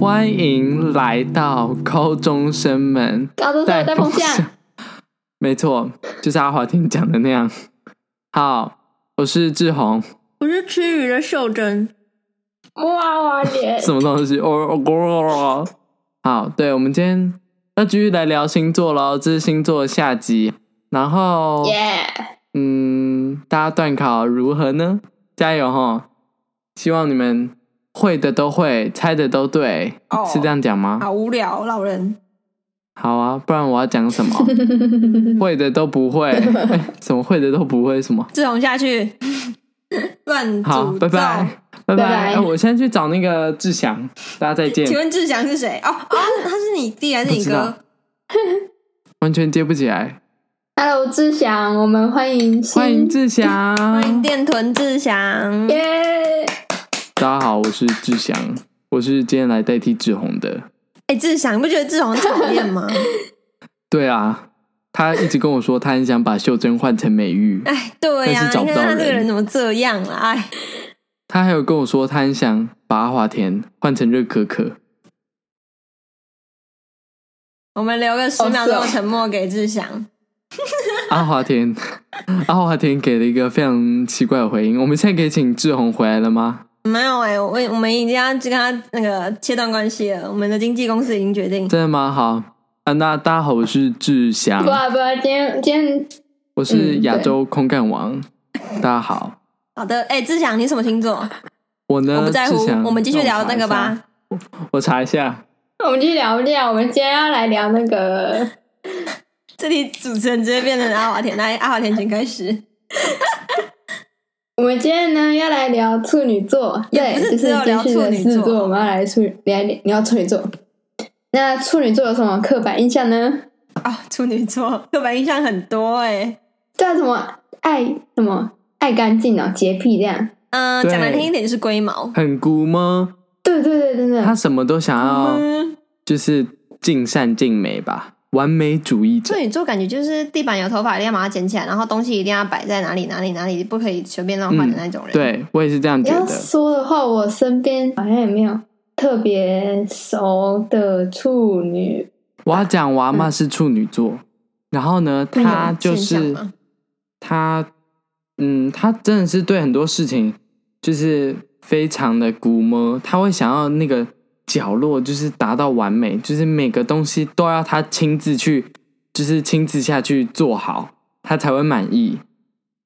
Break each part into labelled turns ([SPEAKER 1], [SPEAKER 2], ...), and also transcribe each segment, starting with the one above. [SPEAKER 1] 欢迎来到高中生们
[SPEAKER 2] 高中生有带风向，
[SPEAKER 1] 没错，就是阿华田讲的那样。好，我是志宏，
[SPEAKER 3] 我是吃鱼的秀珍，
[SPEAKER 2] 哇哇脸，
[SPEAKER 1] 什么东西？哦哦哦！好，对，我们今天要继续来聊星座喽，这是星座的下集。然后，
[SPEAKER 2] 耶！
[SPEAKER 1] 嗯，大家段考如何呢？加油哈！希望你们会的都会，猜的都对，
[SPEAKER 3] 哦
[SPEAKER 1] 是这样讲吗？
[SPEAKER 3] 好无聊，老人。
[SPEAKER 1] 好啊，不然我要 讲什么？会的都不会， 哎什么会的都不会什么？
[SPEAKER 3] 志宏下去， 乱
[SPEAKER 1] 好，
[SPEAKER 3] 诅
[SPEAKER 1] 拜
[SPEAKER 3] 咒。
[SPEAKER 1] 拜，拜拜。
[SPEAKER 2] 拜拜
[SPEAKER 1] 哎我先去找那个志祥，大家再见
[SPEAKER 3] 请。问志祥是谁？ 哦，哦他是你弟还是
[SPEAKER 1] 不
[SPEAKER 3] 你
[SPEAKER 1] 知道
[SPEAKER 3] 哥？
[SPEAKER 1] 完全接不起来，
[SPEAKER 2] Hello，志祥，我们欢迎新
[SPEAKER 1] 欢迎志祥，
[SPEAKER 3] 欢迎电臀志祥。
[SPEAKER 2] 耶！
[SPEAKER 1] 大家好，我是志祥，我是今天来代替志宏的。
[SPEAKER 3] 哎，志祥，你不觉得志宏很讨厌吗？
[SPEAKER 1] 对啊，他一直跟我说他很想把秀珍换成美 玉，
[SPEAKER 3] 哎，对呀，
[SPEAKER 1] 但是找
[SPEAKER 3] 你
[SPEAKER 1] 不
[SPEAKER 3] 看
[SPEAKER 1] 到
[SPEAKER 3] 他这个
[SPEAKER 1] 人
[SPEAKER 3] 人怎么这样啊？哎，
[SPEAKER 1] 他还有跟我说他很想把阿华田换成热可可。
[SPEAKER 3] 我们留个十秒钟
[SPEAKER 2] 哦
[SPEAKER 3] 的
[SPEAKER 2] 是哦
[SPEAKER 3] 沉默给志祥。
[SPEAKER 1] 阿华田， 阿华田给了一个非常奇怪的回应。我们现在可以请志宏回来了吗？
[SPEAKER 3] 没有哎，我我们已经要跟他那个切断关系了，我们的经纪公司已经决定。
[SPEAKER 1] 真的吗？好，啊，那大家好，我是志祥
[SPEAKER 2] 不，啊不啊，今天今天
[SPEAKER 1] 我是亚洲空干
[SPEAKER 3] 嗯
[SPEAKER 1] 王。大家好，
[SPEAKER 3] 好的，哎，志祥，你什么星座？
[SPEAKER 1] 我呢，
[SPEAKER 3] 我不在乎
[SPEAKER 1] 志祥，
[SPEAKER 3] 我们继续聊那个吧。。
[SPEAKER 1] 我查一下，
[SPEAKER 2] 我们继续聊一聊，我们今天要来聊那个
[SPEAKER 3] 这里主持人直接变成阿华田，来，阿华田请开始。
[SPEAKER 2] 我们今天呢要来聊处女座，
[SPEAKER 3] 也
[SPEAKER 2] 对，
[SPEAKER 3] 不是
[SPEAKER 2] 就是
[SPEAKER 3] 只有聊
[SPEAKER 2] 继续的
[SPEAKER 3] 处女座
[SPEAKER 2] 四座，我们要来处聊聊处女座。那处女座有什么刻板印象呢？
[SPEAKER 3] 哦，处女座刻板印象很多哎、
[SPEAKER 2] 叫啊什么爱什么爱干净哦，洁癖这样。
[SPEAKER 3] 嗯、
[SPEAKER 1] 对
[SPEAKER 3] 讲难听一点就是龟毛。
[SPEAKER 1] 很估吗？
[SPEAKER 2] 对对对对对，
[SPEAKER 1] 他什么都想要，
[SPEAKER 3] 嗯，
[SPEAKER 1] 就是尽善尽美吧，完美主义者
[SPEAKER 3] 处。女座感觉就是地板有头发一定要把它捡起来，然后东西一定要摆在哪里哪里哪里，不可以随便乱换的那种人。，
[SPEAKER 1] 嗯对我也是这样觉
[SPEAKER 2] 要
[SPEAKER 1] 得。
[SPEAKER 2] 说的话，我身边好像也没有特别熟的处女。
[SPEAKER 1] 我要讲娃妈是处女座，然后呢，
[SPEAKER 3] 那嗯有
[SPEAKER 1] 她就
[SPEAKER 3] 现象
[SPEAKER 1] 是
[SPEAKER 3] 吗
[SPEAKER 1] 她，嗯，她真的是对很多事情就是非常的估摸，她会想要那个角落就是达到完美，就是每个东西都要她亲自去，就是亲自下去做好，她才会满意。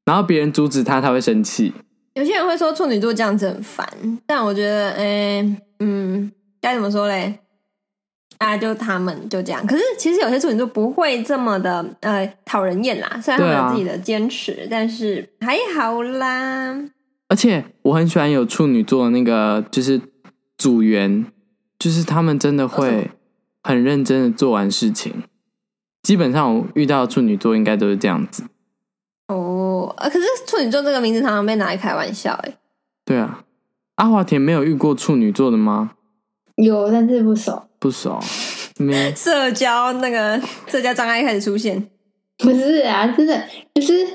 [SPEAKER 1] 然后别人阻止她，她会生气。
[SPEAKER 3] 有些人会说处女座这样子很烦，但我觉得，哎、嗯，该怎么说嘞？啊，就他们就这样。可是其实有些处女座不会这么的呃讨人厌啦，虽然他
[SPEAKER 1] 对啊
[SPEAKER 3] 们有自己的坚持，但是还好啦。
[SPEAKER 1] 而且我很喜欢有处女座的那个就是组员，就是他们
[SPEAKER 2] 啊
[SPEAKER 1] 真的会很认真的做完事情。基本上我遇到的处女座应该都是这样子。
[SPEAKER 3] 哦，呃，可是处女座这个名字常常被拿来开玩笑，哎，
[SPEAKER 1] 对啊，阿华田没有遇过处女座的吗？
[SPEAKER 2] 有，但是不熟。
[SPEAKER 1] 不熟，没
[SPEAKER 3] 社交那个社交障碍开始出现。
[SPEAKER 2] 不是啊，真的就是，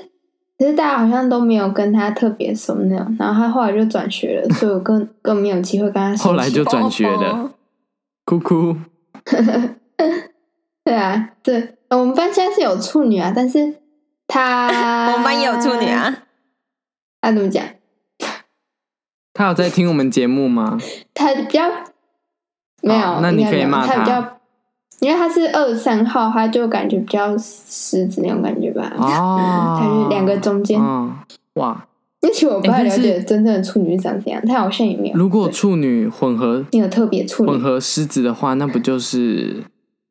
[SPEAKER 2] 可是大家好像都没有跟他特别熟那种。然后他后来就转学了，所以我更更没有机会跟他熟悉。
[SPEAKER 1] 后来就转学了，
[SPEAKER 3] 哦，
[SPEAKER 1] 哭哭。
[SPEAKER 2] 对啊，对，我们班现在是有处女啊，但是他
[SPEAKER 3] 我们班也有处女。啊，
[SPEAKER 2] 他怎么讲？
[SPEAKER 1] 他有在听我们节目吗？
[SPEAKER 2] 他比较没有，
[SPEAKER 1] 哦那你可以
[SPEAKER 2] 应该没有
[SPEAKER 1] 骂他
[SPEAKER 2] 他比较，因为他是二三号，他就感觉比较狮子那种感觉吧，
[SPEAKER 1] 哦，
[SPEAKER 2] 他就是两个中间。
[SPEAKER 1] 嗯，哇，
[SPEAKER 2] 而且我不
[SPEAKER 1] 诶
[SPEAKER 2] 太
[SPEAKER 1] 但
[SPEAKER 2] 了
[SPEAKER 1] 是
[SPEAKER 2] 解真正的处女是长怎样，他好像也没有。
[SPEAKER 1] 如果
[SPEAKER 2] 对
[SPEAKER 1] 处女混合
[SPEAKER 2] 没有特别处
[SPEAKER 1] 混
[SPEAKER 2] 女，
[SPEAKER 1] 合狮子的话，那不就是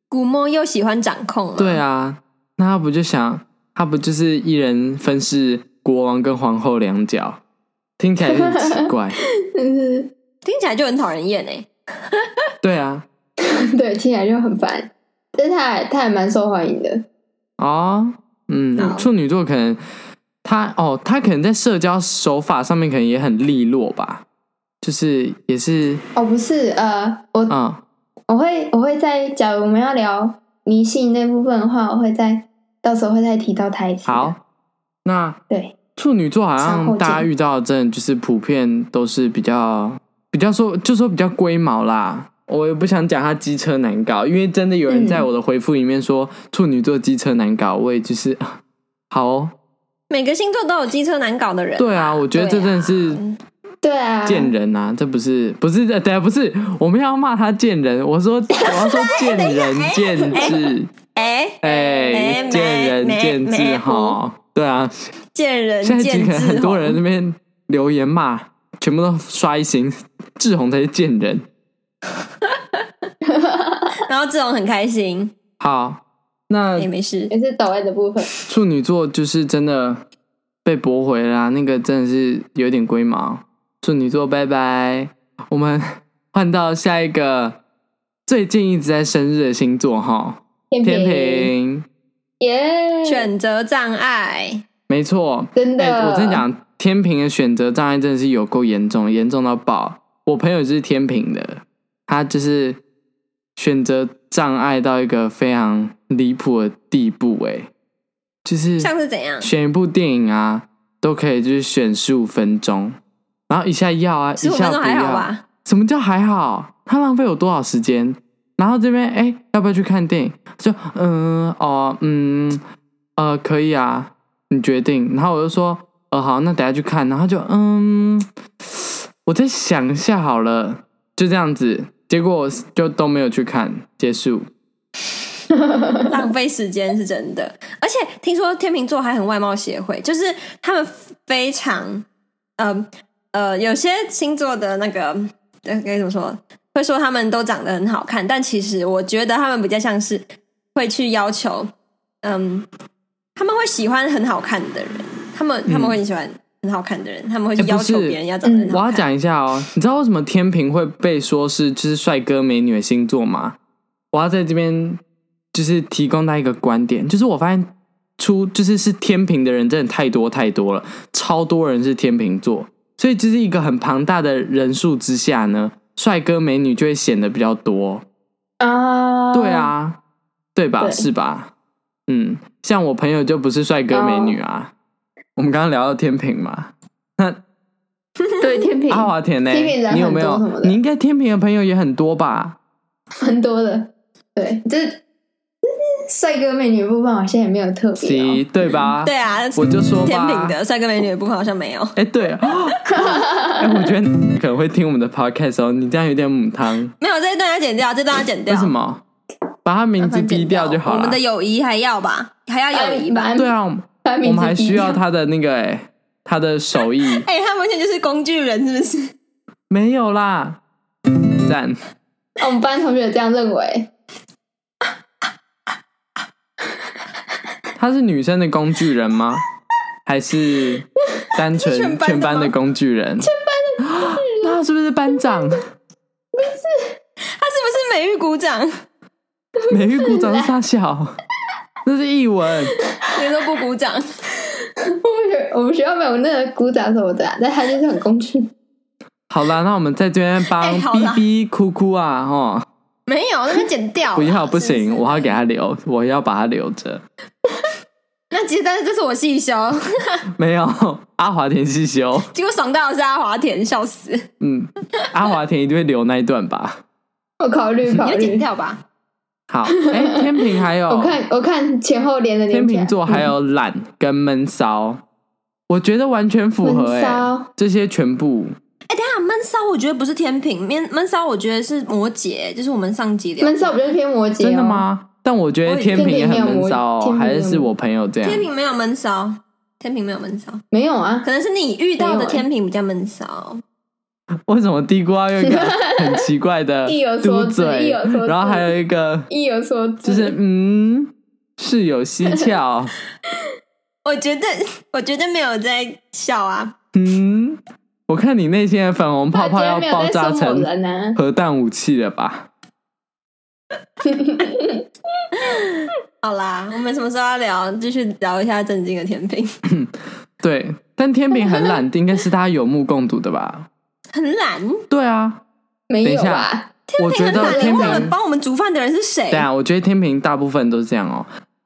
[SPEAKER 3] 古摸又喜欢掌控了，
[SPEAKER 1] 对啊，那他不就想，他不就是一人分饰国王跟皇后两角？听起来就很奇怪。
[SPEAKER 2] 但是
[SPEAKER 3] 听起来就很讨人厌哎。
[SPEAKER 1] 对啊，
[SPEAKER 2] 对听起来就很烦。但是他还他还蛮受欢迎的，
[SPEAKER 1] 哦，嗯，
[SPEAKER 3] 好
[SPEAKER 1] 处女座可能他哦，他可能在社交手法上面可能也很利落吧，就是也是
[SPEAKER 2] 哦，不是，呃，我、
[SPEAKER 1] 啊、
[SPEAKER 2] 我会我会在，假如我们要聊迷信那部分的话，我会在到时候会再提到台词。，
[SPEAKER 1] 好，那
[SPEAKER 2] 对，
[SPEAKER 1] 处女座好
[SPEAKER 2] 稍后
[SPEAKER 1] 像
[SPEAKER 2] 见
[SPEAKER 1] 大家遇到的真的就是普遍都是比较比较说就说比较龟毛啦，我也不想讲他机车难搞，因为真的有人在我的回复里面说、处女座机车难搞，我也就是 好哦。
[SPEAKER 3] 每个星座都有机车难搞的人。
[SPEAKER 1] 对啊，我觉得这真的是
[SPEAKER 2] 对啊，
[SPEAKER 1] 贱人啊，这不是不是呃，等下不是我们要骂他贱人，我说我 要说贱人见智，
[SPEAKER 3] 哎，
[SPEAKER 1] 哎
[SPEAKER 3] 哎，
[SPEAKER 1] 见人
[SPEAKER 3] 没
[SPEAKER 1] 见
[SPEAKER 3] 没
[SPEAKER 1] 智
[SPEAKER 3] 没
[SPEAKER 1] 哈，对啊，
[SPEAKER 3] 见人
[SPEAKER 1] 现在集
[SPEAKER 3] 见
[SPEAKER 1] 可能
[SPEAKER 3] 智。哦
[SPEAKER 1] 很多人那边留言骂，全部都刷一星，志宏才是贱人。
[SPEAKER 3] 然后志宏很开心，
[SPEAKER 1] 好，那
[SPEAKER 3] 也、
[SPEAKER 1] 哎
[SPEAKER 3] 没事。
[SPEAKER 2] 也是抖 A 的部分。
[SPEAKER 1] 处女座就是真的被驳回啦、那个真的是有点龟毛。处女座拜拜，我们换到下一个最近一直在生日的星座哈，
[SPEAKER 2] 天
[SPEAKER 1] 天
[SPEAKER 2] 平，
[SPEAKER 1] 平，
[SPEAKER 2] 耶，
[SPEAKER 3] 选择障碍，
[SPEAKER 1] 没错，
[SPEAKER 2] 真的，
[SPEAKER 1] 哎我真的，讲，天平的选择障碍真的是有够严重，严重到爆。我朋友就是天平的，他就是选择障碍到一个非常离谱的地步、哎，就是
[SPEAKER 3] 像是怎样？
[SPEAKER 1] 嗯选一部电影啊，都可以就是选十五分钟，然后一下要啊，一
[SPEAKER 3] 十五
[SPEAKER 1] 下
[SPEAKER 3] 分
[SPEAKER 1] 不
[SPEAKER 3] 钟还好
[SPEAKER 1] 要。
[SPEAKER 3] 吧？
[SPEAKER 1] 什么叫还好？他浪费我多少时间？然后这边哎、要不要去看电影？就嗯哦嗯呃可以啊，你决定。然后我就说呃好，那等下去看。然后就嗯，我再想一下好了，就这样子。结果就都没有去看，结束。
[SPEAKER 3] 浪费时间是真的。而且听说天秤座还很外貌协会，就是他们非常，呃呃，有些星座的那个，呃，该怎么说？会说他们都长得很好看，但其实我觉得他们比较像是会去要求，嗯，他们会喜欢很好看的人，他们他们会很喜欢很好看的人，他们会去
[SPEAKER 1] 嗯哎不
[SPEAKER 3] 要求
[SPEAKER 1] 是
[SPEAKER 3] 别人要长得很好
[SPEAKER 1] 我
[SPEAKER 3] 看。
[SPEAKER 1] 要讲一下哦，你知道为什么天平会被说是就是帅哥美女的星座吗？我要在这边就是提供大家一个观点，就是我发现出就是是天平的人真的太多太多了，超多人是天平座，所以就是一个很庞大的人数之下呢，帅哥美女就会显得比较多。
[SPEAKER 2] 啊，
[SPEAKER 1] 对，啊，对吧？
[SPEAKER 2] 对
[SPEAKER 1] 是吧？嗯，像我朋友就不是帅哥美女啊。我们刚刚聊到天平嘛，
[SPEAKER 2] 对天平
[SPEAKER 1] 阿华田呢？
[SPEAKER 2] 天秤人
[SPEAKER 1] 你有
[SPEAKER 2] 很
[SPEAKER 1] 没
[SPEAKER 2] 多什
[SPEAKER 1] 有
[SPEAKER 2] 么？的
[SPEAKER 1] 你应该天平的朋友也很多吧？
[SPEAKER 2] 蛮多的，对，这这帅哥美女部分好像也没有特别哦
[SPEAKER 1] 行，对吧？
[SPEAKER 3] 对，啊，
[SPEAKER 1] 我就说吧
[SPEAKER 3] 天秤的帅哥美女的部分好像没有。
[SPEAKER 1] 哎，对，哦哎，我觉得你可能会听我们的 podcast 哦，你这样有点母汤，
[SPEAKER 3] 没有这一段要剪掉，这段要剪掉。
[SPEAKER 1] 为什么？把他名字逼掉就好
[SPEAKER 3] 啊我
[SPEAKER 1] 了
[SPEAKER 3] 们的。友谊还要吧，还要友谊吧。
[SPEAKER 2] 把
[SPEAKER 1] 对啊，我
[SPEAKER 2] 把名
[SPEAKER 1] 们
[SPEAKER 2] 字哦
[SPEAKER 1] 还
[SPEAKER 2] 逼
[SPEAKER 1] 需要
[SPEAKER 2] 掉
[SPEAKER 1] 他的那个哎，他的手艺
[SPEAKER 3] 哎、他完全就是工具人，是不 是？
[SPEAKER 1] 没有啦，赞。
[SPEAKER 2] 哦我们班同学这样认为，
[SPEAKER 1] 她是女生的工具人吗？还是单纯
[SPEAKER 3] 是全班的吗
[SPEAKER 1] 全班的工具人？全班的工具人， 那她是不是班长？
[SPEAKER 3] 他是不是美玉鼓掌？ 你
[SPEAKER 1] 美玉鼓掌是她 小，那是译文。
[SPEAKER 3] 都不鼓掌，
[SPEAKER 2] 我们学我们学校没有那个鼓掌什么的啊，但他就是很工具，
[SPEAKER 1] 好啦，那我们在这边帮
[SPEAKER 3] 哎好
[SPEAKER 1] 哔
[SPEAKER 3] 啦
[SPEAKER 1] 哔哭哭啊，吼，
[SPEAKER 3] 没有，那边剪掉。
[SPEAKER 1] 不要不
[SPEAKER 3] 是
[SPEAKER 1] 行，
[SPEAKER 3] 是
[SPEAKER 1] 我要给她留，我要把她留着。
[SPEAKER 3] 那其实，但是这是我细修，
[SPEAKER 1] 没有， 阿华田是修，
[SPEAKER 3] 结果爽到的是阿华田，笑死！你
[SPEAKER 1] 嗯，阿华田一定会留那一段吧。
[SPEAKER 2] 我考虑考
[SPEAKER 3] 就剪
[SPEAKER 2] 虑。
[SPEAKER 3] 掉吧。
[SPEAKER 1] 好，哎、天平还有，
[SPEAKER 2] 我看我看前后连的啊
[SPEAKER 1] 天
[SPEAKER 2] 连起来
[SPEAKER 1] 秤座还有懒跟闷骚，我觉得完全符合哎、
[SPEAKER 2] 闷骚
[SPEAKER 1] 这些全部
[SPEAKER 3] 哎、等一下闷骚，我觉得不是天平，闷闷骚，我觉得是摩羯，就是我们上集聊
[SPEAKER 2] 闷骚不就是偏摩羯、哦？
[SPEAKER 1] 真的？吗？但我觉得天平也很闷骚、
[SPEAKER 2] 天
[SPEAKER 1] 哦，
[SPEAKER 2] 秤没有
[SPEAKER 1] 还是是我朋友这样
[SPEAKER 3] 天。平没有闷骚，天平没有闷骚，
[SPEAKER 2] 没有啊，
[SPEAKER 3] 可能是你遇到
[SPEAKER 2] 没
[SPEAKER 3] 的
[SPEAKER 2] 有哎
[SPEAKER 3] 天平比较闷骚。
[SPEAKER 1] 为什么地瓜有一个很奇怪 的
[SPEAKER 2] 意有所
[SPEAKER 1] 嘟
[SPEAKER 2] 指意
[SPEAKER 1] 嘴
[SPEAKER 2] 有所，指
[SPEAKER 1] 然后还有一个
[SPEAKER 2] 意有所指。
[SPEAKER 1] 就是嗯，事有蹊 跷，
[SPEAKER 3] 我觉得， 我觉得没有在笑啊。
[SPEAKER 1] 嗯，我看你内心的粉红泡泡要
[SPEAKER 2] 没有
[SPEAKER 1] 爆
[SPEAKER 2] 在
[SPEAKER 1] 炸
[SPEAKER 2] 说某
[SPEAKER 1] 成
[SPEAKER 2] 人啊，
[SPEAKER 1] 核弹武器了吧？
[SPEAKER 3] 好啦，我们什么时候要聊？继续聊一下正经的甜品，
[SPEAKER 1] 对，但天平很懒，应该是大家有目共睹的吧？
[SPEAKER 3] 很懒。
[SPEAKER 1] 对啊，
[SPEAKER 2] 没
[SPEAKER 1] 等一
[SPEAKER 2] 有
[SPEAKER 1] 下
[SPEAKER 2] 啊，
[SPEAKER 1] 我觉
[SPEAKER 3] 很
[SPEAKER 1] 得
[SPEAKER 3] 懒，你
[SPEAKER 1] 天
[SPEAKER 3] 忘了
[SPEAKER 1] 平
[SPEAKER 3] 帮我们煮饭的人是谁？
[SPEAKER 1] 对啊，我觉得天平大部分都是这样哦。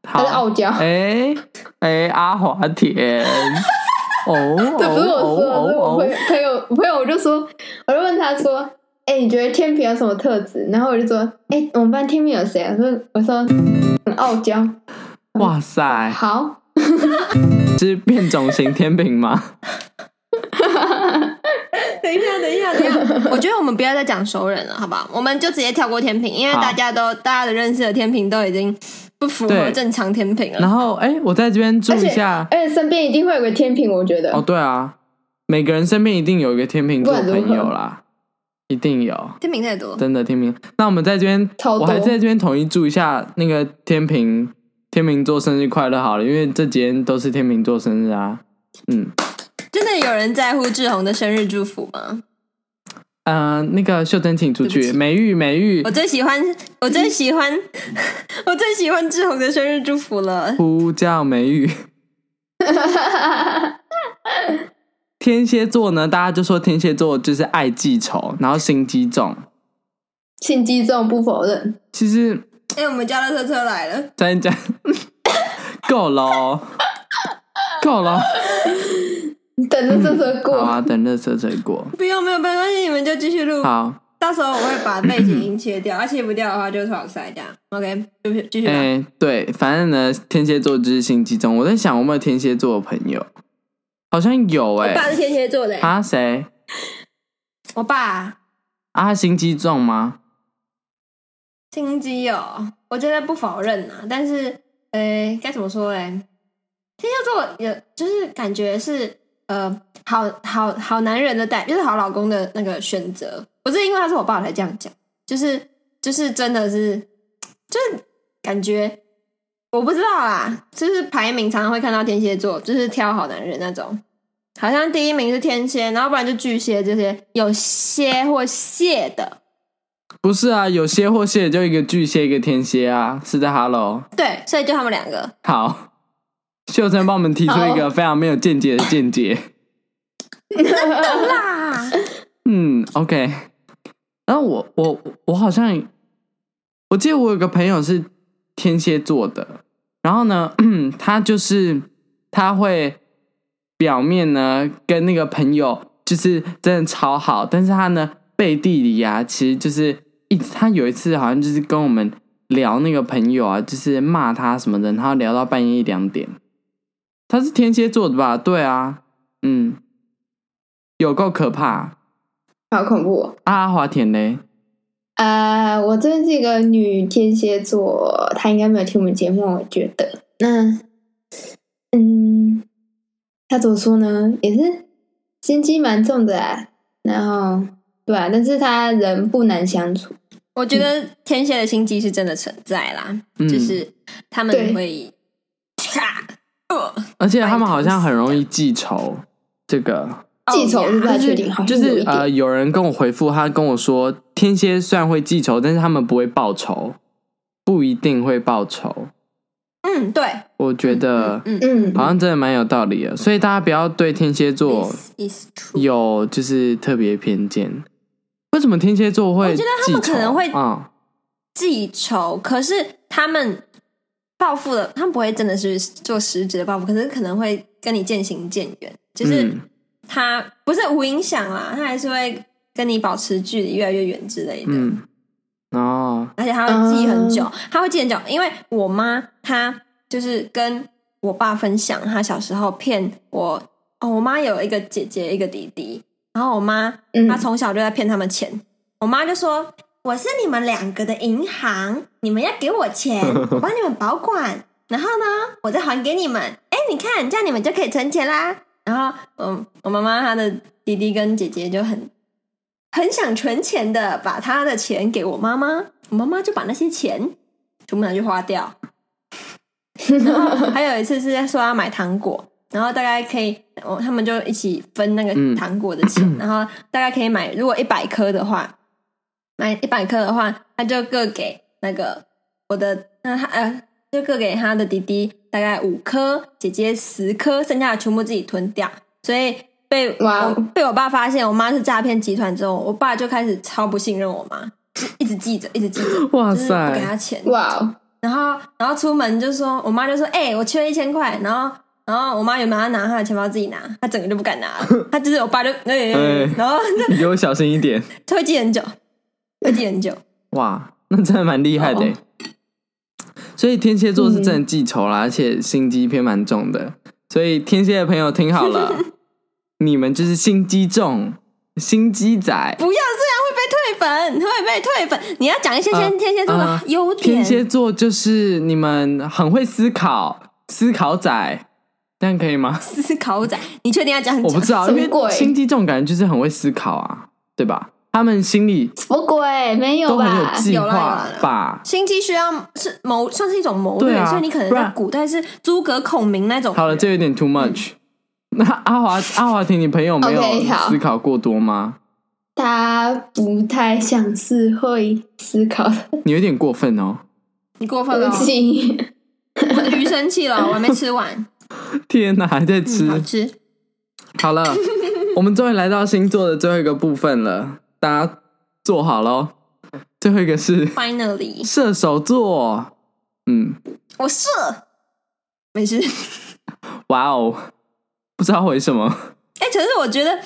[SPEAKER 1] 好
[SPEAKER 2] 他是，傲娇。
[SPEAKER 1] 哎哎，阿华 田，哦，
[SPEAKER 2] 这不是我说的，
[SPEAKER 1] 哦
[SPEAKER 2] 这是我
[SPEAKER 1] 哦
[SPEAKER 2] 朋友朋友我朋友，我就说，我就问他说，哎、哎、你觉得天平有什么特质？”然后我就说：“哎、我们班天平有谁啊？”我说：“我说很傲娇。
[SPEAKER 1] 哇”塞，
[SPEAKER 2] 好，
[SPEAKER 1] 是变种型天平 吗？
[SPEAKER 3] 等一下，等一下，等 一下！我觉得我们不要再讲熟人了，好不好？我们就直接跳过天平，因为
[SPEAKER 1] 好
[SPEAKER 3] 大家都大家的认识的天平都已经不符合
[SPEAKER 1] 对
[SPEAKER 3] 正常天平了
[SPEAKER 1] 然。后，哎、我在这边注意一下。
[SPEAKER 2] 而且身边一定会有个天平，我觉得。
[SPEAKER 1] 哦，对啊，每个人身边一定有一个天秤座
[SPEAKER 2] 不然如何
[SPEAKER 1] 朋友啦，一定有。
[SPEAKER 3] 天平太多，
[SPEAKER 1] 真的天平。那我们在这边
[SPEAKER 2] 超，多
[SPEAKER 1] 我还是在这边统一祝一下那个天平天秤座生日快乐好了，因为这几天都是天秤座生日啊。嗯
[SPEAKER 3] 真的有人在乎志宏的生日祝福吗？
[SPEAKER 1] 呃，那个秀珍请出
[SPEAKER 3] 对
[SPEAKER 1] 去，
[SPEAKER 3] 不起
[SPEAKER 1] 美玉美玉
[SPEAKER 3] 我最喜欢，我最喜欢， 我最喜欢志宏的生日祝福了。
[SPEAKER 1] 呼叫美玉。天蝎座呢，大家就说天蝎座就是爱记仇，然后心机重。
[SPEAKER 2] 性机这种不否认，
[SPEAKER 1] 其实
[SPEAKER 3] 哎、我们家的车车来了，
[SPEAKER 1] 咱讲 够了哦，够了哦。
[SPEAKER 2] 等着这首
[SPEAKER 1] 好
[SPEAKER 2] 过。
[SPEAKER 1] 啊，等热色水果。
[SPEAKER 3] 不用，没有没关系，你们就继续录。
[SPEAKER 1] 好，
[SPEAKER 3] 到时候我会把背景音切掉，而 切不掉的话就重塞这样。OK，继续继续吧。
[SPEAKER 1] 哎、对，反正呢，天蝎座就是心机重。我在想，有没有天蝎座的朋友？好像有哎、
[SPEAKER 3] 我爸是天蝎座的、欸
[SPEAKER 1] 啊，谁？
[SPEAKER 3] 我爸
[SPEAKER 1] 啊，他心机重吗？
[SPEAKER 3] 心机哦，我觉得不否认呐、但是呃，该怎么说嘞？天蝎座有就是感觉是呃，好好好男人的代，就是好老公的那个选择。不是因为他是我爸才这样讲，就是就是真的是就是感觉我不知道啦，就是排名常常会看到天蝎座，就是挑好男人那种。好像第一名是天蝎，然后不然就巨蟹这些有蝎或蟹的，
[SPEAKER 1] 不是啊，有蝎或蟹就一个巨蟹，一个天蝎啊，是在 Hello。
[SPEAKER 3] 对，所以就他们两个。
[SPEAKER 1] 好，秀珍帮我们提出一个非常没有见解的见解。
[SPEAKER 3] 啦，
[SPEAKER 1] 嗯，OK。然后我我我好像，我记得我有个朋友是天蝎座的，然后呢，他就是他会表面呢跟那个朋友就是真的超好，但是他呢背地里啊，其实就是一直他有一次好像就是跟我们聊那个朋友啊，就是骂他什么的，然后聊到半夜一两点。他是天蝎座的吧？对啊，嗯，有够可怕。
[SPEAKER 2] 好恐怖、哦！
[SPEAKER 1] 阿华田嘞，
[SPEAKER 2] 呃，我这边是一个女天蝎座，她应该没有听我们节目，我觉得。那，嗯，她怎么说呢？也是心机蛮重的啊。然后，对啊，但是她人不难相处。
[SPEAKER 3] 我觉得天蝎的心机是真的存在啦，
[SPEAKER 1] 嗯
[SPEAKER 3] 就是他们
[SPEAKER 2] 对
[SPEAKER 3] 会，咔呃
[SPEAKER 1] 而且他们好像很容易记仇，这个
[SPEAKER 2] 记仇是不
[SPEAKER 3] 哦呀
[SPEAKER 2] 太确定，好
[SPEAKER 1] 就
[SPEAKER 2] 像有
[SPEAKER 1] 是
[SPEAKER 2] 一点。
[SPEAKER 1] 呃，有人跟我回复，他跟我说，天蝎虽然会记仇，但是他们不会报仇，不一定会报仇。
[SPEAKER 3] 嗯，对，
[SPEAKER 1] 我觉得
[SPEAKER 3] 嗯
[SPEAKER 2] 嗯，
[SPEAKER 1] 好像真的蛮有道理的，所以大家不要对天蝎座
[SPEAKER 3] ，is is true。
[SPEAKER 1] 有就是特别偏见。为什么天蝎座会
[SPEAKER 3] 我
[SPEAKER 1] 记
[SPEAKER 3] 觉
[SPEAKER 1] 仇？
[SPEAKER 3] 得他们可能会
[SPEAKER 1] 嗯，
[SPEAKER 3] 记仇，可是他们报复的，他们不会真的是做实质的报复，可是可能会跟你渐行渐远，就是
[SPEAKER 1] 嗯
[SPEAKER 3] 他不是无影响啦，他还是会跟你保持距离越来越远之类的。
[SPEAKER 1] 嗯，哦，
[SPEAKER 3] 而且他会记很久，他会记很久，因为我妈她就是跟我爸分享，她小时候骗我哦，我妈有一个姐姐一个弟弟，然后我妈
[SPEAKER 2] 嗯
[SPEAKER 3] 她从小就在骗他们钱，我妈就说我是你们两个的银行，你们要给我钱，我帮你们保管，然后呢我再还给你们，哎，你看这样你们就可以存钱啦。然后嗯，我妈妈她的弟弟跟姐姐就很很想存钱的，把他的钱给我妈妈，我妈妈就把那些钱全部拿去花掉。然后还有一次是说要买糖果，然后大概可以，我他们就一起分那个
[SPEAKER 1] 嗯
[SPEAKER 3] 糖果的钱，然后大概可以买，如果一百颗的话，买一百颗的话，他就各给那个我的，那他呃，就各给他的弟弟大概五颗，姐姐十颗，剩下的全部自己吞掉。所以被
[SPEAKER 2] 哇
[SPEAKER 1] 哦
[SPEAKER 3] 我被我爸发现我妈是诈骗集团之后，我爸就开始超不信任我妈，就是一直记着，一直记着，
[SPEAKER 1] 哇
[SPEAKER 3] 就是不给
[SPEAKER 1] 塞，
[SPEAKER 3] 她钱。
[SPEAKER 2] 哇哦，
[SPEAKER 3] 然后然后出门就说，我妈就说：“哎、我缺一千块。”然后然后我妈原本要拿她的钱包自己拿，她整个就不敢拿了，她就是我爸就，欸
[SPEAKER 1] 哎
[SPEAKER 3] 然后就
[SPEAKER 1] 你给我小心一点。
[SPEAKER 3] 就会记很久。会记很久。
[SPEAKER 1] 哇，那真的蛮厉害的
[SPEAKER 3] 哦
[SPEAKER 1] 欸、所以天蝎座是真的记仇
[SPEAKER 3] 嗯
[SPEAKER 1] 啦，而且心机偏蛮重的。所以天蝎的朋友听 好了，你们就是心机重、心机仔。
[SPEAKER 3] 不要这样，会被退粉，会被退粉。你要讲一些天
[SPEAKER 1] 呃
[SPEAKER 3] 天蝎座的
[SPEAKER 1] 呃
[SPEAKER 3] 优
[SPEAKER 1] 天
[SPEAKER 3] 点。
[SPEAKER 1] 蝎座就是你们很会思考，思考仔，这样可 以吗？
[SPEAKER 3] 思考仔，你确定要这样
[SPEAKER 1] 我不
[SPEAKER 3] 讲？
[SPEAKER 1] 知道，
[SPEAKER 2] 什
[SPEAKER 1] 因
[SPEAKER 2] 么
[SPEAKER 1] 为
[SPEAKER 2] 鬼
[SPEAKER 1] 心机重感觉就是很会思考啊，对吧？他们心里
[SPEAKER 2] 什么鬼？没有
[SPEAKER 1] 都很有
[SPEAKER 2] 吧？
[SPEAKER 1] 计
[SPEAKER 3] 有啦有啦
[SPEAKER 1] 划
[SPEAKER 3] 有啦
[SPEAKER 1] 吧？
[SPEAKER 3] 心机需要是谋，算是一种谋
[SPEAKER 1] 对
[SPEAKER 3] 略，
[SPEAKER 1] 啊
[SPEAKER 3] 所以你可能
[SPEAKER 1] 不
[SPEAKER 3] 在
[SPEAKER 1] 然
[SPEAKER 3] 古代是诸葛孔明那种。
[SPEAKER 1] 好了，这有点 too much。那阿华阿华庭，你朋友没有
[SPEAKER 2] OK，好
[SPEAKER 1] 思考过多吗？
[SPEAKER 2] 他不太像是会思考的
[SPEAKER 1] 你有点过分哦！
[SPEAKER 3] 你过分了
[SPEAKER 2] 东
[SPEAKER 3] 哦，
[SPEAKER 2] 西。
[SPEAKER 3] 我的鱼生气 了，我还没吃完，
[SPEAKER 1] 天哪，还在吃？
[SPEAKER 3] 嗯好吃。
[SPEAKER 1] 好了，我们终于来到星座的最后一个部分了，大家坐好喽。最后一个是
[SPEAKER 3] Finally，
[SPEAKER 1] 射手座，嗯，
[SPEAKER 3] 我射，没事。
[SPEAKER 1] 哇哦，不知道为什么，
[SPEAKER 3] 哎、可是我觉得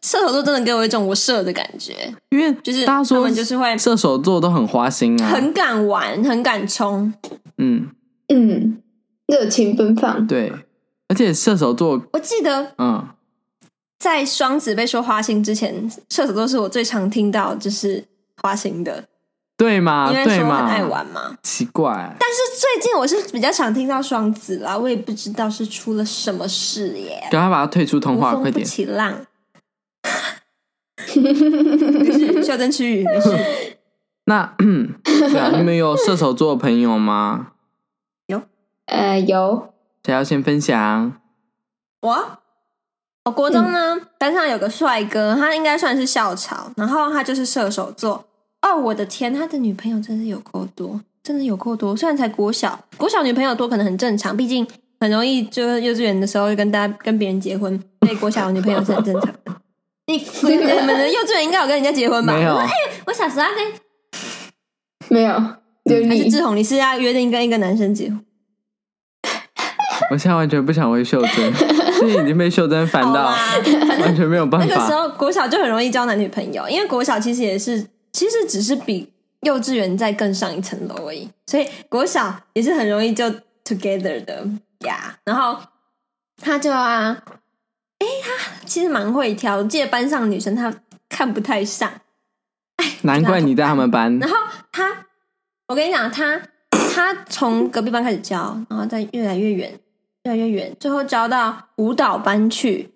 [SPEAKER 3] 射手座真的给我一种我射的感觉，
[SPEAKER 1] 因为
[SPEAKER 3] 就是
[SPEAKER 1] 大家
[SPEAKER 3] 他
[SPEAKER 1] 说
[SPEAKER 3] 们就是会
[SPEAKER 1] 射手座都很花心啊，
[SPEAKER 3] 很敢玩，很敢冲。
[SPEAKER 1] 嗯，
[SPEAKER 2] 嗯，热情奔放。
[SPEAKER 1] 对，而且射手座，
[SPEAKER 3] 我记得
[SPEAKER 1] 嗯，
[SPEAKER 3] 在双子被说花心之前，射手座是我最常听到就是花心的，
[SPEAKER 1] 对嘛，
[SPEAKER 3] 因为
[SPEAKER 1] 啊对
[SPEAKER 3] 说很
[SPEAKER 1] 嘛，
[SPEAKER 3] 爱玩嘛。
[SPEAKER 1] 奇怪，
[SPEAKER 3] 但是最近我是比较常听到双子啦，我也不知道是出了什么事耶。
[SPEAKER 1] 赶快把它退出通
[SPEAKER 3] 无
[SPEAKER 1] 话，
[SPEAKER 3] 风
[SPEAKER 1] 快
[SPEAKER 3] 不
[SPEAKER 1] 点。
[SPEAKER 3] 起浪， 没事，校正区域没事。
[SPEAKER 1] 那对啊，你们有射手座的朋友吗？
[SPEAKER 2] 呃，有
[SPEAKER 1] 谁要先分享？
[SPEAKER 3] 我，我国中
[SPEAKER 1] 嗯
[SPEAKER 3] 呢，班上有个帅哥，他应该算是校草，然后他就是射手座。哦，我的天，他的女朋友真是有够多，真的有够多。虽然才国小，国小女朋友多可能很正常，毕竟很容易就是幼稚园的时候就跟大家跟别人结婚，所以国小有女朋友是很正常的。你你你们的幼稚园应该有跟人家结婚吧？
[SPEAKER 1] 没有，
[SPEAKER 3] 我小时候要跟
[SPEAKER 2] 没有？就
[SPEAKER 3] 还是
[SPEAKER 2] 你
[SPEAKER 3] 志宏，你是要约定跟一个男生结婚？
[SPEAKER 1] 我现在完全不想回秀珍， 这已经被秀珍烦
[SPEAKER 3] 好啊
[SPEAKER 1] 到
[SPEAKER 3] 啦，
[SPEAKER 1] 完全没有办
[SPEAKER 3] 那个时
[SPEAKER 1] 法。
[SPEAKER 3] 候国小就很容易交男女朋友，因为国小其实也是，其实只是比幼稚园再更上一层楼而已，所以国小也是很容易就 together 的呀。然后他就啊，哎，他其实蛮会挑，我记得班上女生他看不太上，
[SPEAKER 1] 难怪你在他们班
[SPEAKER 3] 然后他，我跟你讲，他他从隔壁班开始教，然后再越来越远，越来越远，最后教到舞蹈班去。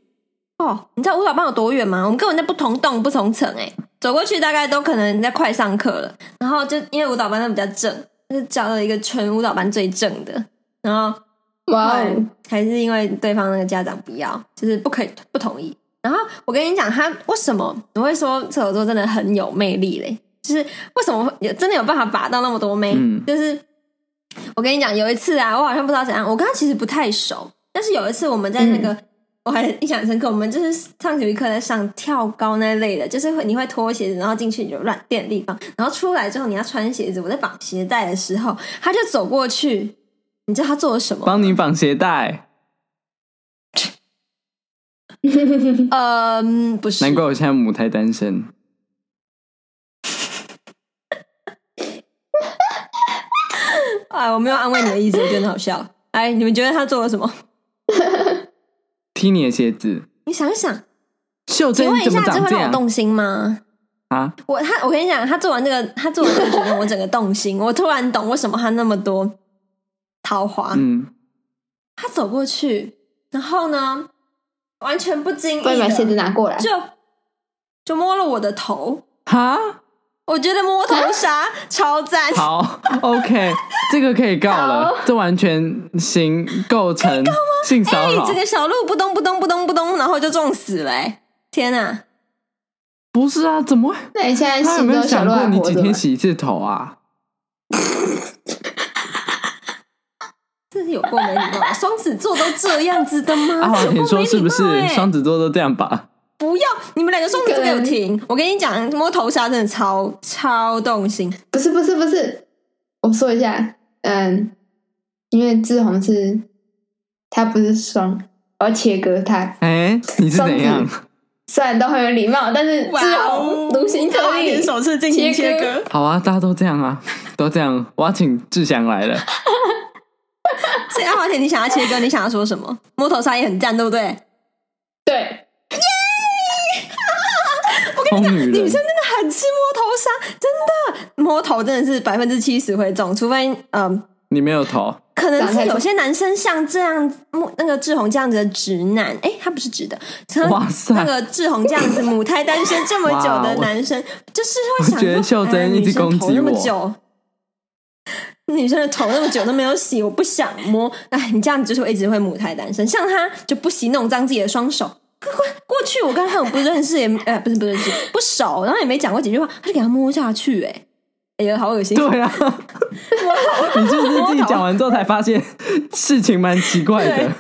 [SPEAKER 3] 哦，你知道舞蹈班有多远吗？我们根本在不同栋、不同层，哎，走过去大概都可能在快上课了。然后就因为舞蹈班都比较正，他就教了一个全舞蹈班最正的。然后
[SPEAKER 2] 哇
[SPEAKER 3] 对
[SPEAKER 2] 哦，
[SPEAKER 3] 还是因为对方那个家长不要，就是不可以不同意。然后我跟你讲，他为什么我会说射手座真的很有魅力嘞？就是为什么会有真的有办法把到那么多妹？
[SPEAKER 1] 嗯
[SPEAKER 3] 就是我跟你讲，有一次啊，我好像不知道怎样，我跟他其实不太熟，但是有一次我们在那
[SPEAKER 2] 嗯
[SPEAKER 3] 个、我还印象很深刻，我们就是上体育课在上跳高那类的，就是会你会脱鞋子，然后进去你就乱垫的地方，然后出来之后你要穿鞋子。我在绑鞋带的时候，他就走过去，你知道他做了什么吗？
[SPEAKER 1] 帮你绑鞋带，
[SPEAKER 3] 嗯，不是，
[SPEAKER 1] 难怪我现在母胎单身。
[SPEAKER 3] 哎，我没有安慰你的意思，我觉得很好笑。 哎，你们觉得他做了什么？
[SPEAKER 1] 踢你的鞋子，
[SPEAKER 3] 你想一想，
[SPEAKER 1] 秀
[SPEAKER 3] 请
[SPEAKER 1] 珍
[SPEAKER 3] 问一
[SPEAKER 1] 怎么
[SPEAKER 3] 下，这
[SPEAKER 1] 长
[SPEAKER 3] 会
[SPEAKER 1] 这
[SPEAKER 3] 让我
[SPEAKER 1] 样
[SPEAKER 3] 动心吗？
[SPEAKER 1] 啊？
[SPEAKER 3] 我他，我跟你讲，他做完这个，他做完这个决定，我整个动心。我突然懂为什么他那么多桃花。
[SPEAKER 1] 嗯，
[SPEAKER 3] 他走过去，然后呢，完全不经意
[SPEAKER 2] 快把鞋子
[SPEAKER 3] 的
[SPEAKER 2] 拿过来。
[SPEAKER 3] 就就摸了我的头。
[SPEAKER 1] 哈，
[SPEAKER 3] 我觉得摸头 杀超赞，
[SPEAKER 1] 好，OK，这 个可以告了，这完全行构成性骚
[SPEAKER 3] 哎、
[SPEAKER 1] 扰
[SPEAKER 3] 这。个小鹿不咚不咚不咚不咚，然后就中死了、哎天哪、
[SPEAKER 1] 不是啊，怎么会？
[SPEAKER 2] 那你现在
[SPEAKER 1] 他有
[SPEAKER 2] 心
[SPEAKER 1] 没
[SPEAKER 2] 中
[SPEAKER 1] 有
[SPEAKER 2] 小
[SPEAKER 1] 想
[SPEAKER 2] 鹿
[SPEAKER 1] 过
[SPEAKER 2] 还
[SPEAKER 1] 你
[SPEAKER 2] 活
[SPEAKER 1] 几
[SPEAKER 2] 着吗
[SPEAKER 1] 天？洗一次头啊？
[SPEAKER 3] 这是有过没礼貌啊，双子座都这样子的吗？
[SPEAKER 1] 阿华
[SPEAKER 3] 有
[SPEAKER 1] 田
[SPEAKER 3] 过没
[SPEAKER 1] 啊说是不
[SPEAKER 3] 礼
[SPEAKER 1] 是
[SPEAKER 3] 貌欸
[SPEAKER 1] 双子座都这样吧？
[SPEAKER 3] 不要，你们两个双子座给我
[SPEAKER 2] 对
[SPEAKER 3] 停！我跟你讲，摸头杀真的超超动心。
[SPEAKER 2] 不是不是不是，我说一下，嗯，因为志宏是，他不是双，我要切割他。
[SPEAKER 1] 哎、你是
[SPEAKER 2] 双子
[SPEAKER 1] 怎样？
[SPEAKER 2] 虽然都很有礼貌，但是至少
[SPEAKER 3] 哦
[SPEAKER 2] 独行
[SPEAKER 3] 台
[SPEAKER 2] 可
[SPEAKER 3] 湾
[SPEAKER 2] 以
[SPEAKER 4] 点。首次进行切割，
[SPEAKER 1] 好啊，大家都这样啊，都这样。我要请志祥 来了。
[SPEAKER 3] 所以阿华田，你想要切割，你想要说什么？摸头杀也很赞，对不对？
[SPEAKER 2] 对，
[SPEAKER 1] 疯女
[SPEAKER 3] 女
[SPEAKER 1] 人
[SPEAKER 3] 生真的很吃摸头杀，真的摸头真的是百分之七十会中，除非嗯、
[SPEAKER 1] 你没 有头，
[SPEAKER 3] 可能是有些男生像这样木那个志宏这样子的直男，哎、他不是直的，可
[SPEAKER 1] 哇
[SPEAKER 3] 能
[SPEAKER 1] 塞
[SPEAKER 3] 那个志宏这样子母胎单身这么久
[SPEAKER 1] 哇
[SPEAKER 3] 的
[SPEAKER 1] 我
[SPEAKER 3] 男生，就是会想
[SPEAKER 1] 我觉得
[SPEAKER 3] 说
[SPEAKER 1] 秀珍
[SPEAKER 3] 哎
[SPEAKER 1] 一直
[SPEAKER 3] 女生
[SPEAKER 1] 攻
[SPEAKER 3] 头
[SPEAKER 1] 击
[SPEAKER 3] 那么
[SPEAKER 1] 我
[SPEAKER 3] 久，女生的头那么久都没有洗，我不想摸。哎，你这样子就是会一直会母胎单身，像他就不惜弄脏自己的双手。过过去我跟他很不认识也，呃，不是不认识，不熟，然后也没讲过几句话，他就给他摸下去、哎，哎呀，好恶心！
[SPEAKER 1] 对啊，你是不是自己讲完之后才发现事情蛮奇怪的？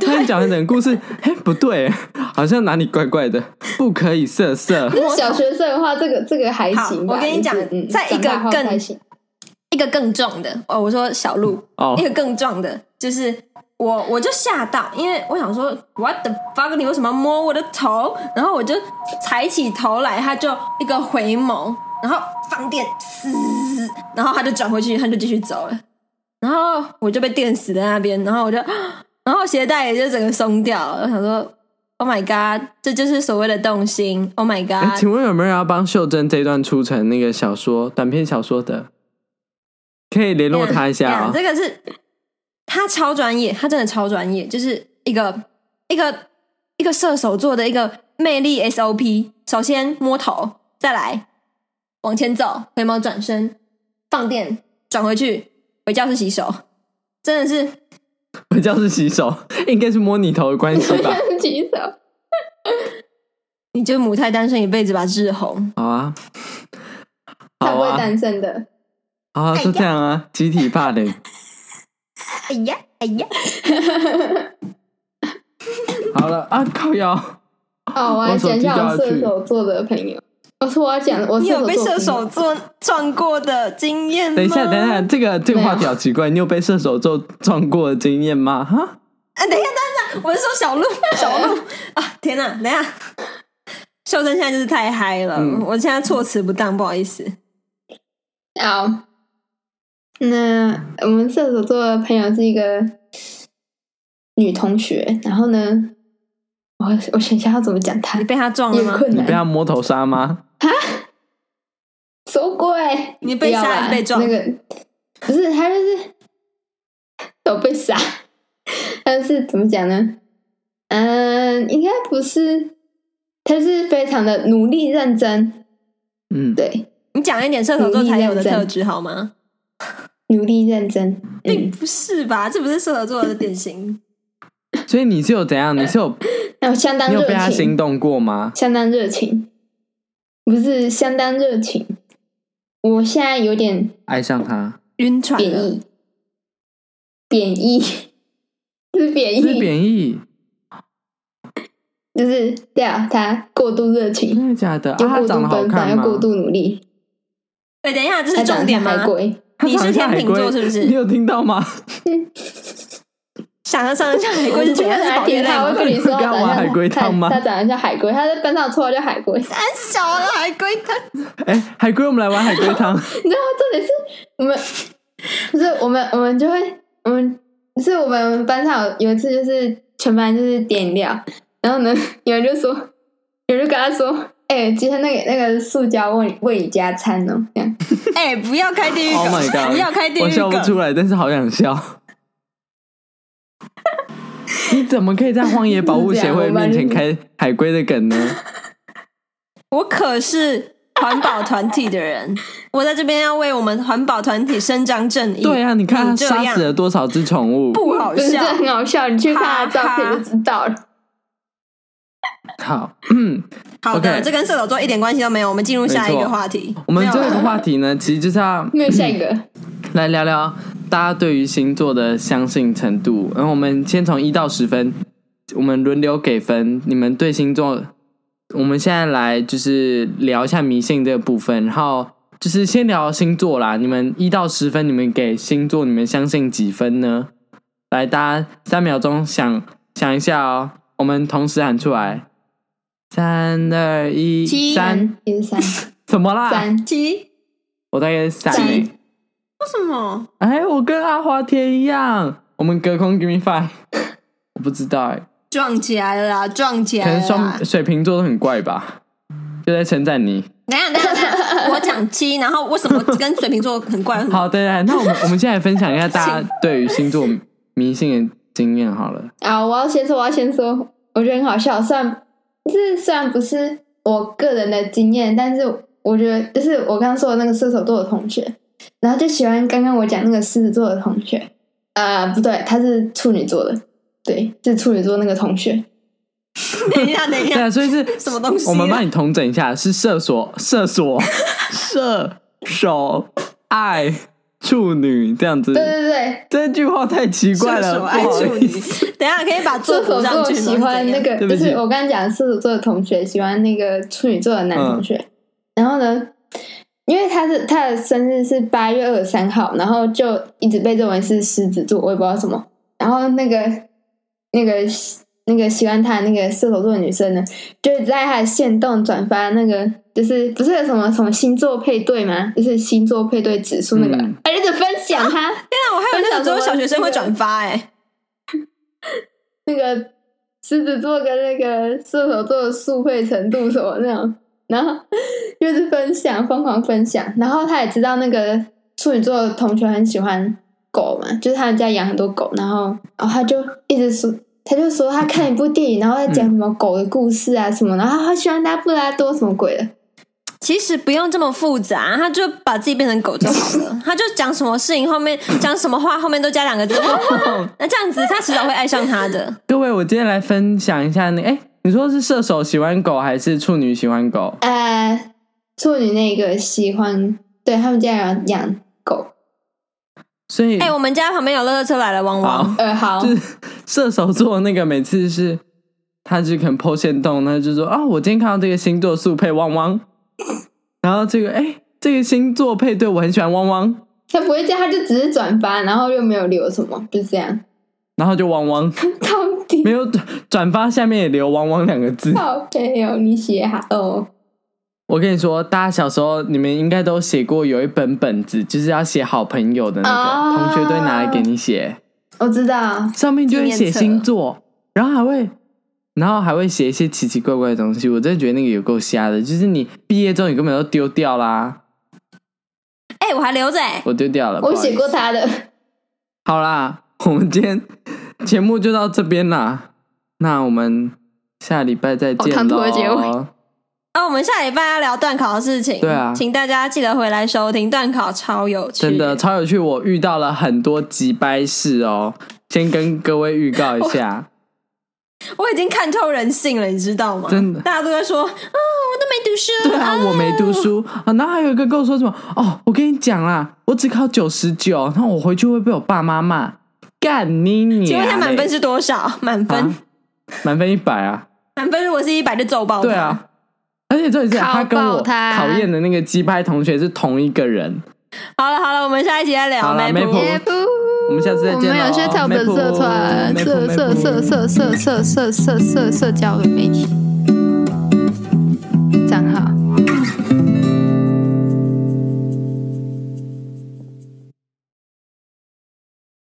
[SPEAKER 1] 他讲完整个故事，哎，不对，好像哪里怪怪的，不可以 色色。
[SPEAKER 2] 小学生的话，这个这个还行吧。
[SPEAKER 3] 好我跟你讲
[SPEAKER 2] 就是嗯、
[SPEAKER 3] 再一个
[SPEAKER 2] 长大后
[SPEAKER 3] 更
[SPEAKER 2] 才行
[SPEAKER 3] 一个更壮的哦，我说小鹿，
[SPEAKER 1] 哦
[SPEAKER 3] 一，个更壮的，就是我我就吓到，因为我想说 what the fuck，你为什么摸我的头？然后我就抬起头来，他就一个回眸，然后放电，嘶，然后他就转回去，他就继续走了，然后我就被电死在那边，然后我就， 然后鞋带也就整个松掉了，我想说。Oh my god！这就是所谓的动心。Oh my
[SPEAKER 1] 哎，
[SPEAKER 3] god！
[SPEAKER 1] 请问有没有人要帮秀珍这段出成那个小说短篇小说的？可以联络他一下啊、
[SPEAKER 3] 这个是他超专业，他真的超专业，就是一个一个一个射手座的一个魅力 SOP。首先摸头，再来往前走，回眸转身，放电，转回去，回教室洗手，真的是
[SPEAKER 1] 我叫是洗手，应该是摸你头的关系吧？
[SPEAKER 2] 举手。
[SPEAKER 1] 啊
[SPEAKER 3] 你就母胎单身一辈子吧，志宏。
[SPEAKER 1] 好啊，
[SPEAKER 2] 他
[SPEAKER 1] 好
[SPEAKER 2] 不哎会
[SPEAKER 1] 啊，
[SPEAKER 2] 单身的，
[SPEAKER 1] 好啊，就这样啊，集体霸凌。
[SPEAKER 3] 哎呀，哎呀，
[SPEAKER 1] 好了啊，靠 腰，
[SPEAKER 2] 哦，我
[SPEAKER 1] 我
[SPEAKER 2] 来
[SPEAKER 1] 手
[SPEAKER 2] 讲一
[SPEAKER 1] 机
[SPEAKER 2] 下
[SPEAKER 1] 掉
[SPEAKER 2] 我
[SPEAKER 1] 下
[SPEAKER 2] 射
[SPEAKER 1] 去
[SPEAKER 2] 手座的朋友。我说我要讲，我
[SPEAKER 3] 你有被射
[SPEAKER 2] 射手座的朋友
[SPEAKER 3] 手座撞过的经验吗？
[SPEAKER 1] 等一下，等一下，这个这个
[SPEAKER 2] 没有
[SPEAKER 1] 话题好奇怪，你有被射手座撞过的经验吗？哈，
[SPEAKER 3] 啊，等一下，等一下，我是说小鹿，小鹿 啊，天哪，等一下，秀珍现在就是太嗨了，
[SPEAKER 1] 嗯
[SPEAKER 3] 我现在措辞不当，不好意思。
[SPEAKER 2] 好，那我们射手座的朋友是一个女同学，然后呢，我我想一下要怎么讲她
[SPEAKER 3] 你，被他撞了
[SPEAKER 2] 有
[SPEAKER 3] 吗？
[SPEAKER 2] 困
[SPEAKER 1] 你被
[SPEAKER 2] 难，
[SPEAKER 1] 他摸头杀吗？
[SPEAKER 2] 什么鬼？
[SPEAKER 3] 你被
[SPEAKER 2] 不要
[SPEAKER 3] 杀
[SPEAKER 2] 啦
[SPEAKER 3] 还是被撞
[SPEAKER 2] 那个不是，她就是有被杀，但是怎么讲呢？嗯，应该不是，她是非常的努力认真，
[SPEAKER 1] 嗯，
[SPEAKER 2] 对，
[SPEAKER 3] 你讲一点射手座才有的特质好吗？
[SPEAKER 2] 努力认真，
[SPEAKER 3] 并
[SPEAKER 2] 嗯，
[SPEAKER 3] 不是吧，这不是射手座的典 型。
[SPEAKER 1] 所以你是有怎
[SPEAKER 2] 呃
[SPEAKER 1] 样？你是有
[SPEAKER 2] 然后相当
[SPEAKER 1] 你有
[SPEAKER 2] 热
[SPEAKER 1] 被他
[SPEAKER 2] 情
[SPEAKER 1] 心。动过吗？
[SPEAKER 2] 相当热情，不是相当热情。我现在有点
[SPEAKER 1] 爱上他
[SPEAKER 3] 晕船
[SPEAKER 2] 贬
[SPEAKER 3] 了，
[SPEAKER 2] 义，贬义 是贬义，
[SPEAKER 1] 这是贬义，
[SPEAKER 2] 就是对啊，他过度热情，
[SPEAKER 1] 真的假的？啊，
[SPEAKER 2] 又
[SPEAKER 1] 他
[SPEAKER 2] 过
[SPEAKER 1] 长
[SPEAKER 2] 度
[SPEAKER 1] 得好
[SPEAKER 2] 奔
[SPEAKER 1] 看
[SPEAKER 2] 放，
[SPEAKER 1] 吗
[SPEAKER 2] 又？过度努力，
[SPEAKER 3] 哎，等一下，这
[SPEAKER 2] 他
[SPEAKER 3] 是
[SPEAKER 2] 长
[SPEAKER 3] 重
[SPEAKER 2] 得像
[SPEAKER 3] 点
[SPEAKER 2] 海
[SPEAKER 3] 吗？
[SPEAKER 2] 龟，
[SPEAKER 1] 他
[SPEAKER 3] 你
[SPEAKER 1] 长得
[SPEAKER 3] 是天
[SPEAKER 1] 像海
[SPEAKER 3] 秤座
[SPEAKER 1] 龟
[SPEAKER 3] 是不
[SPEAKER 1] 你
[SPEAKER 3] 是？
[SPEAKER 1] 有听到吗？
[SPEAKER 3] 想要上得像海龟是怎样？是
[SPEAKER 2] 来
[SPEAKER 3] 宝贝
[SPEAKER 2] 点
[SPEAKER 3] 类
[SPEAKER 2] 他，
[SPEAKER 3] 吗
[SPEAKER 2] 我？跟你说，
[SPEAKER 1] 你
[SPEAKER 2] 他
[SPEAKER 1] 干嘛
[SPEAKER 2] 长得像
[SPEAKER 1] 海龟汤吗
[SPEAKER 2] 他他长得像海龟，他在班上绰号叫海龟。
[SPEAKER 3] 很 小的海龟，它
[SPEAKER 1] 哎、海龟，我们来玩海龟汤。
[SPEAKER 2] 你知道吗？啊重点是我们，不是我们，我们就会，我们是我们班上有有一次就是全班就是点饮料，然后呢，有人就说，有人就跟他说，哎、今天那个那个塑胶为为你加餐哦，这样，
[SPEAKER 3] 哎，不要开地狱
[SPEAKER 1] Oh my
[SPEAKER 3] 梗，
[SPEAKER 1] god！
[SPEAKER 3] 不要开地
[SPEAKER 1] 我
[SPEAKER 3] 狱
[SPEAKER 1] 笑不
[SPEAKER 3] 梗。
[SPEAKER 1] 出来，但是好想笑。 你怎么可以在荒野保护协会面前开海龟的梗呢？
[SPEAKER 3] 我可是环保团体的人，我在这边要为我们环保团体伸张正义。
[SPEAKER 1] 对啊，你看他
[SPEAKER 3] 你这
[SPEAKER 1] 杀
[SPEAKER 3] 样
[SPEAKER 1] 死了多少只宠物？
[SPEAKER 3] 不好
[SPEAKER 2] 不是这
[SPEAKER 3] 笑，
[SPEAKER 2] 很好笑，你去看他的照片就知道了。
[SPEAKER 1] 好，嗯，
[SPEAKER 3] 好的
[SPEAKER 1] OK
[SPEAKER 3] 这跟射手座一点关系都没有。我们进入下一
[SPEAKER 1] 没
[SPEAKER 3] 个
[SPEAKER 1] 错
[SPEAKER 3] 话题，
[SPEAKER 1] 我们
[SPEAKER 3] 没有
[SPEAKER 1] 这个话题呢，其实就是要
[SPEAKER 2] 没有下一个，
[SPEAKER 1] 来聊聊大家对于星座的相信程度。嗯然后我们先从一到十分，我们轮流给分。你们对星座，我们现在来就是聊一下迷信这个部分。然后就是先聊星座啦。你们一到十分，你们给星座，你们相信几分呢？来，大家三秒钟想想一下哦。我们同时喊出来，三二一，
[SPEAKER 3] 七
[SPEAKER 1] 三，
[SPEAKER 2] 也是嗯三
[SPEAKER 3] 啊
[SPEAKER 1] 怎么啦？
[SPEAKER 2] 三
[SPEAKER 3] 七
[SPEAKER 1] 我大概是三
[SPEAKER 2] 三
[SPEAKER 1] 欸。
[SPEAKER 3] 为什么？
[SPEAKER 1] 哎、我跟阿华田一样，我们隔空 give me five。我不知道 哎、
[SPEAKER 3] 撞起来了啦，撞起
[SPEAKER 1] 可
[SPEAKER 3] 来
[SPEAKER 1] 能
[SPEAKER 3] 了啦
[SPEAKER 1] 双！水瓶座都很怪吧，就在称赞你。
[SPEAKER 3] 等一下等一下，等一下我讲七，然后为什么跟水瓶座很怪？
[SPEAKER 1] 好的，对对那我们我们现在分享一下大家对于星座迷信的经验好 了。
[SPEAKER 2] 啊！我要先说，我要先说，我觉得很好笑。虽然这虽然不是我个人的经验，但是我觉得就是我刚刚说的那个射手座的同学，然后就喜欢刚刚我讲那个狮子座的同学，呃，不对，他是处女座的，对，是处女座那个同学，
[SPEAKER 3] 等一下等一
[SPEAKER 1] 对
[SPEAKER 3] 下
[SPEAKER 1] 啊，，所以 是
[SPEAKER 3] 什么东西啊
[SPEAKER 1] 我们帮你统整一下，是射手、射手、射手、爱、处女这样子。
[SPEAKER 2] 对对对，
[SPEAKER 1] 这句话太奇怪了，
[SPEAKER 3] 射手
[SPEAKER 1] 不
[SPEAKER 3] 爱
[SPEAKER 1] 好
[SPEAKER 3] 哎处
[SPEAKER 1] 意
[SPEAKER 3] 女
[SPEAKER 1] 思。，
[SPEAKER 3] 等一下可以把
[SPEAKER 2] 射
[SPEAKER 3] 座
[SPEAKER 2] 手
[SPEAKER 3] 补上
[SPEAKER 2] 座
[SPEAKER 3] 去吗？
[SPEAKER 2] 喜欢那个，
[SPEAKER 1] 对
[SPEAKER 2] 就
[SPEAKER 1] 不起
[SPEAKER 2] 是我刚刚讲射手座的同学喜欢那个处女座的男同学，
[SPEAKER 1] 嗯
[SPEAKER 2] 然后呢，因为他是他的生日是八月二十三号，然后就一直被认为是狮子座，我也不知道什么。然后那个那个那个喜欢他的那个射手座的女生呢，就是在他的线动转发那个，就是不是有什么什么星座配对吗？就是星座配对指数那个，
[SPEAKER 1] 嗯
[SPEAKER 2] 而且只分享
[SPEAKER 3] 天
[SPEAKER 2] 他。
[SPEAKER 3] 啊，我还有那个只有小学生会转发哎、
[SPEAKER 2] 那个狮子座跟那个射手座的速配程度什么那种，然后就是分享，疯狂分享。然后他也知道那个处女座的同学很喜欢狗嘛，就是他们家养很多狗，然后然后他就一直说。他就说他看一部电影，然后在讲什么狗的故事啊什么，然后他喜欢拉布拉多什么鬼的，
[SPEAKER 3] 其实不用这么复杂，他就把自己变成狗就好 了。他就讲什么事情后面讲什么话后面都加两个字，
[SPEAKER 1] 哦
[SPEAKER 3] 那这样子他迟早会爱上他的。
[SPEAKER 1] 各位，我今天来分享一下那哎，你说是射手喜欢狗还是处女喜欢狗？
[SPEAKER 2] 呃，处女那个喜欢，对他们家养养狗，
[SPEAKER 1] 所以
[SPEAKER 3] 哎、我哦们家旁边有乐乐车来了，汪
[SPEAKER 1] 好
[SPEAKER 3] 汪。
[SPEAKER 2] 呃，好，
[SPEAKER 1] 就是射手座那个每次是，他就可能剖线洞，他就说啊、我今天看到这个星座速配汪汪，然后这个哎、这个星座配对我很喜欢汪汪，
[SPEAKER 2] 他不会这样，他就只是转发，然后又没有留什么，就这样。
[SPEAKER 1] 然后就汪 汪，
[SPEAKER 2] 到底
[SPEAKER 1] 没有转转发下面也留汪汪两个字。
[SPEAKER 3] 哦
[SPEAKER 2] 好朋友，你写好哦。
[SPEAKER 1] 我跟你说，大家小时候你们应该都写过有一本本子，就是要写好朋友的那个，
[SPEAKER 2] 啊
[SPEAKER 3] 哦
[SPEAKER 1] 同学都会拿来给你写，
[SPEAKER 2] 我知道，
[SPEAKER 1] 上面就会
[SPEAKER 3] 纪
[SPEAKER 1] 写
[SPEAKER 3] 念册
[SPEAKER 1] 星座，然后还会，然后还会写一些奇奇怪怪的东西。我真的觉得那个有够瞎的，就是你毕业之后你根本都丢掉啦，
[SPEAKER 3] 哎、我还留着哎、
[SPEAKER 1] 我丢掉了。
[SPEAKER 2] 我
[SPEAKER 1] 不好意思
[SPEAKER 2] 写过。他的。
[SPEAKER 1] 好啦，我们今天节目就到这边啦，那我们下礼拜再
[SPEAKER 2] 好
[SPEAKER 1] 见
[SPEAKER 2] 唐突的结尾
[SPEAKER 1] 喽。
[SPEAKER 3] 啊，我们下礼拜要聊断考的事情，
[SPEAKER 1] 对啊
[SPEAKER 3] 请大家记得回来收听断考，超有趣，
[SPEAKER 1] 真的。超有趣，我遇到了很多急掰事哦。先跟各位预告一下，
[SPEAKER 3] 我已经看透人性了，你知道吗？
[SPEAKER 1] 真的
[SPEAKER 3] 大家都在说啊，我都没读书，
[SPEAKER 1] 对啊，我没读书啊。然后还有一个跟我说什么哦，我跟你讲啦，我只考九十九，然后我回去会被我爸妈骂，干你娘嘞！
[SPEAKER 3] 请问一下满分是多少？满分，
[SPEAKER 1] 啊满分一百啊，
[SPEAKER 3] 满分如果是一百就揍爆他
[SPEAKER 1] 对啊。而且这一次
[SPEAKER 2] 考
[SPEAKER 1] 他跟我
[SPEAKER 2] 爆他
[SPEAKER 1] 讨厌的那个鸡掰同学是同一个人，
[SPEAKER 3] 好了好了，我们下一集再聊。
[SPEAKER 1] 好了
[SPEAKER 3] Maple
[SPEAKER 1] Maple
[SPEAKER 2] 不，
[SPEAKER 1] 我们下次再
[SPEAKER 2] 哦我
[SPEAKER 1] 见
[SPEAKER 2] 们
[SPEAKER 1] 咯哦
[SPEAKER 2] 有些跳本社团，
[SPEAKER 1] Maple，
[SPEAKER 2] 社
[SPEAKER 1] Maple，
[SPEAKER 2] 社
[SPEAKER 1] Maple
[SPEAKER 2] 社社社社社社社社社交的媒体账号。